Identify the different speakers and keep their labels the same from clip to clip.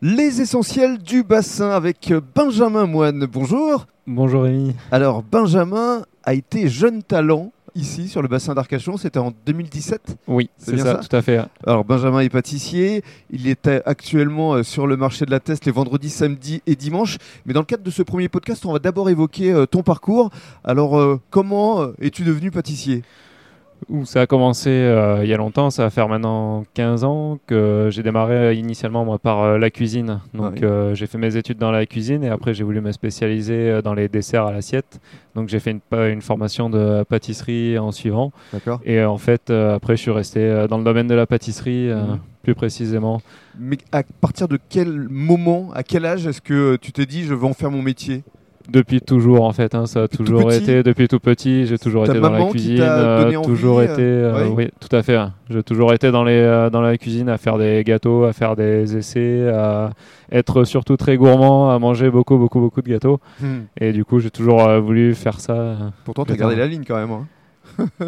Speaker 1: Les essentiels du bassin avec Benjamin Moine. Bonjour.
Speaker 2: Bonjour Rémi.
Speaker 1: Alors, Benjamin a été jeune talent ici sur le bassin d'Arcachon. C'était en 2017.
Speaker 2: Oui,
Speaker 1: C'est
Speaker 2: c'est
Speaker 1: bien
Speaker 2: ça,
Speaker 1: ça
Speaker 2: tout à fait.
Speaker 1: Alors, Benjamin est pâtissier. Il est euh, actuellement euh, sur le marché de la Teste les vendredis, samedis et dimanches. Mais dans le cadre de ce premier podcast, on va d'abord évoquer euh, ton parcours. Alors, euh, comment euh, es-tu devenu pâtissier
Speaker 2: Ouh, ça a commencé euh, il y a longtemps, ça va faire maintenant 15 ans que j'ai démarré euh, initialement moi, par euh, la cuisine. Donc
Speaker 1: Ouais.
Speaker 2: euh, j'ai fait mes études dans la cuisine et après j'ai voulu me spécialiser euh, dans les desserts à l'assiette. Donc j'ai fait une, pa- une formation de pâtisserie en suivant.
Speaker 1: D'accord.
Speaker 2: Et euh, en fait, euh, après je suis resté euh, dans le domaine de la pâtisserie euh,
Speaker 1: Mhm.
Speaker 2: plus précisément.
Speaker 1: Mais à partir de quel moment, à quel âge est-ce que euh, tu t'es dit je vais en faire mon métier
Speaker 2: Depuis toujours en fait, hein, ça a
Speaker 1: tout
Speaker 2: toujours
Speaker 1: petit
Speaker 2: été depuis tout petit. J'ai toujours
Speaker 1: Ta
Speaker 2: été dans la
Speaker 1: maman qui
Speaker 2: cuisine,
Speaker 1: t'a
Speaker 2: euh,
Speaker 1: donné envie,
Speaker 2: toujours
Speaker 1: euh,
Speaker 2: été, euh,
Speaker 1: ouais.
Speaker 2: oui, tout à fait. hein. J'ai toujours été dans les euh, dans la cuisine à faire des gâteaux, à faire des essais, à être surtout très gourmand, à manger beaucoup beaucoup beaucoup de gâteaux.
Speaker 1: Hmm.
Speaker 2: Et du coup, j'ai toujours euh, voulu faire ça.
Speaker 1: Pourtant, tu as gardé la ligne quand même. hein.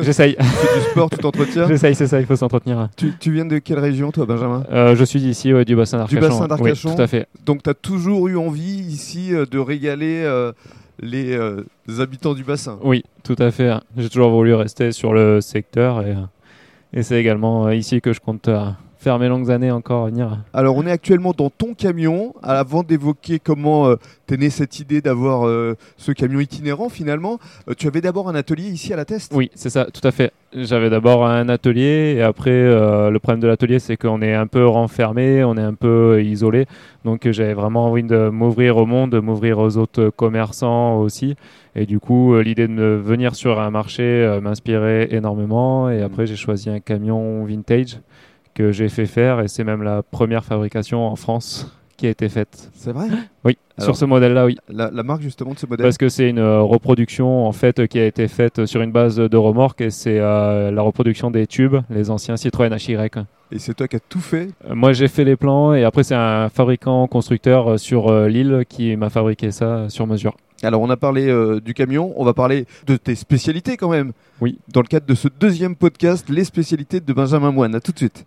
Speaker 2: J'essaye,
Speaker 1: Tu fais du sport, tu t'entretiens.
Speaker 2: j'essaye, c'est ça. Il faut s'entretenir.
Speaker 1: Tu, tu viens de quelle région, toi, Benjamin
Speaker 2: Euh, je suis ici ouais, du bassin d'Arcachon.
Speaker 1: bassin
Speaker 2: oui,
Speaker 1: d'Arcachon.
Speaker 2: tout à fait.
Speaker 1: Donc, tu as toujours eu envie ici euh, de régaler euh, les euh, habitants du bassin.
Speaker 2: Oui, tout à fait. hein. J'ai toujours voulu rester sur le secteur et, euh, et c'est également euh, ici que je compte euh, faire mes longues années encore venir.
Speaker 1: Alors, on est actuellement dans ton camion. Avant d'évoquer comment euh, t'es née cette idée d'avoir euh, ce camion itinérant, finalement, euh, tu avais d'abord un atelier ici à la Teste.
Speaker 2: Oui, c'est ça, tout à fait. J'avais d'abord un atelier et après, euh, le problème de l'atelier, c'est qu'on est un peu renfermé, on est un peu euh, isolé. Donc euh, j'avais vraiment envie de m'ouvrir au monde, de m'ouvrir aux autres commerçants aussi. Et du coup, euh, l'idée de me venir sur un marché euh, m'inspirait énormément. Et après, j'ai choisi un camion vintage que j'ai fait faire et c'est même la première fabrication en France qui a été faite.
Speaker 1: C'est vrai
Speaker 2: Oui,
Speaker 1: Alors-
Speaker 2: sur ce modèle-là, oui.
Speaker 1: la, la marque, justement, de ce modèle.
Speaker 2: Parce que c'est une euh, reproduction en fait euh, qui a été faite sur une base de remorque et c'est euh, la reproduction des tubes, les anciens Citroën HY. Euh,
Speaker 1: Et c'est toi qui as tout fait.
Speaker 2: Moi j'ai fait les plans et après c'est un fabricant constructeur euh, sur euh, l'île qui m'a fabriqué ça euh, sur mesure.
Speaker 1: Alors, on a parlé euh, du camion, on va parler de tes spécialités quand même.
Speaker 2: Oui.
Speaker 1: Dans le cadre de ce deuxième podcast, les spécialités de Benjamin Moine. À tout de suite.